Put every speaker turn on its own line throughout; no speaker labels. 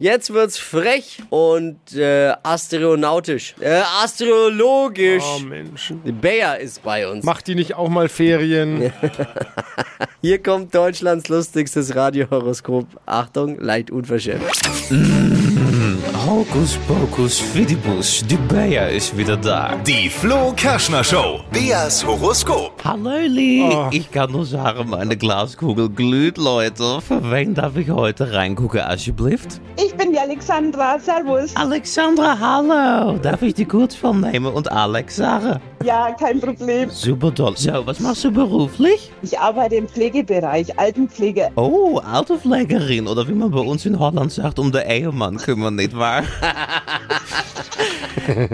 Jetzt wird's frech und äh, astronautisch. Äh, astrologisch.
Oh,
Um.
Menschen.
Bär ist bei uns.
Macht die nicht auch mal Ferien?
Hier kommt Deutschlands lustigstes Radiohoroskop. Achtung, leicht unverschämt.
Hocus pocus fidibus, die Bayer ist wieder da.
Die Flo Kerschner Show. Beas Horoskop.
Hallöli,
Oh.
ich kann nur sagen, meine Glaskugel glüht, Leute. Für wen darf ich heute reingucken, alsjeblieft?
Ich bin die Alexandra. Servus.
Alexandra, hallo. Darf ich die Kurzform nehmen und Alex sagen?
Ja, kein Problem.
Super toll. So, was machst du beruflich?
Ich arbeite im Pflegebereich, Altenpflege.
Oh, Autopflegerin oder wie man bei uns in Holland sagt, um de Ehemann kümmern, nicht wahr?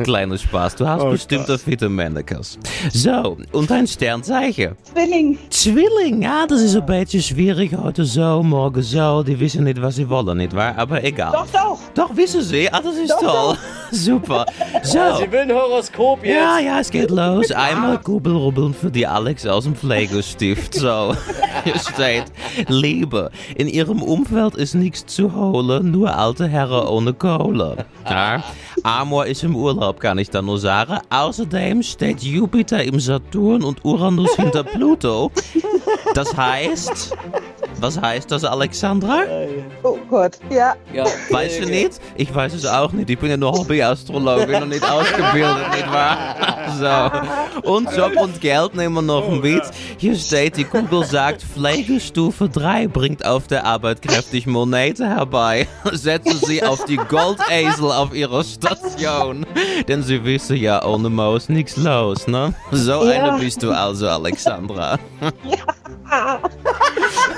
Kleiner Spaß, du hast bestimmt das fitte Mannequins. So, und ein Sternzeichen.
Zwilling.
Zwilling, ja, das ist ein beetje Oh, schwierig. Heute so, morgen so. Die wissen nicht, was sie wollen, nicht wahr? Aber egal.
Doch, doch.
Doch wissen sie. Ah, das ist toll. Super. So.
Sie will ein Horoskop jetzt.
Ja, ja, es geht los. Einmal Kugelrubbeln für die Alex aus dem Pflegestift. So, hier steht, Liebe, in ihrem Umfeld ist nichts zu holen, nur alte Herren ohne Kohle. Ja, Amor ist im Urlaub, kann ich da nur sagen. Außerdem steht Jupiter im Saturn und Uranus hinter Pluto. Das heißt, was heißt das, Alexandra?
Oh Gott. Ja.
Ja.
Weißt du nicht? Ich weiß es auch nicht. Ich bin ja nur Hobby-Astrologin und nicht ausgebildet, nicht wahr? So. Und Job und Geld nehmen wir noch mit. Hier steht, die Kugel sagt, Pflegestufe 3 bringt auf der Arbeit kräftig Monete herbei. Setzen Sie auf die Goldesel auf Ihrer Station. Denn Sie wissen ja, ohne Maus nichts los, ne? So
Ja.
eine bist du also, Alexandra.
Ah.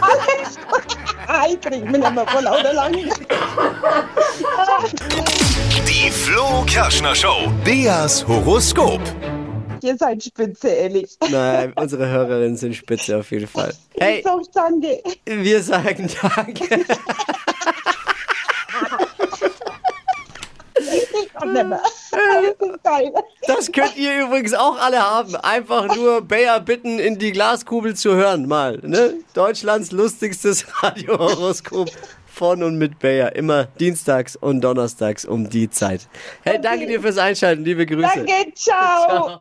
Alex. Ah, ich krieg mich nicht mehr von lauter Lachen.
Die Flo Kerschner Show. Beas Horoskop.
Ihr seid spitze, ehrlich.
Nein, unsere Hörerinnen sind spitze auf jeden Fall. Hey,
So, danke.
wir sagen Danke.
Ich komm nicht mehr. Das ist geil.
Das könnt ihr übrigens auch alle haben. Einfach nur Bayer bitten, in die Glaskugel zu hören, mal. Ne? Deutschlands lustigstes Radiohoroskop von und mit Bayer. Immer dienstags und donnerstags um die Zeit. Hey, danke dir fürs Einschalten. Liebe Grüße.
Danke, ciao.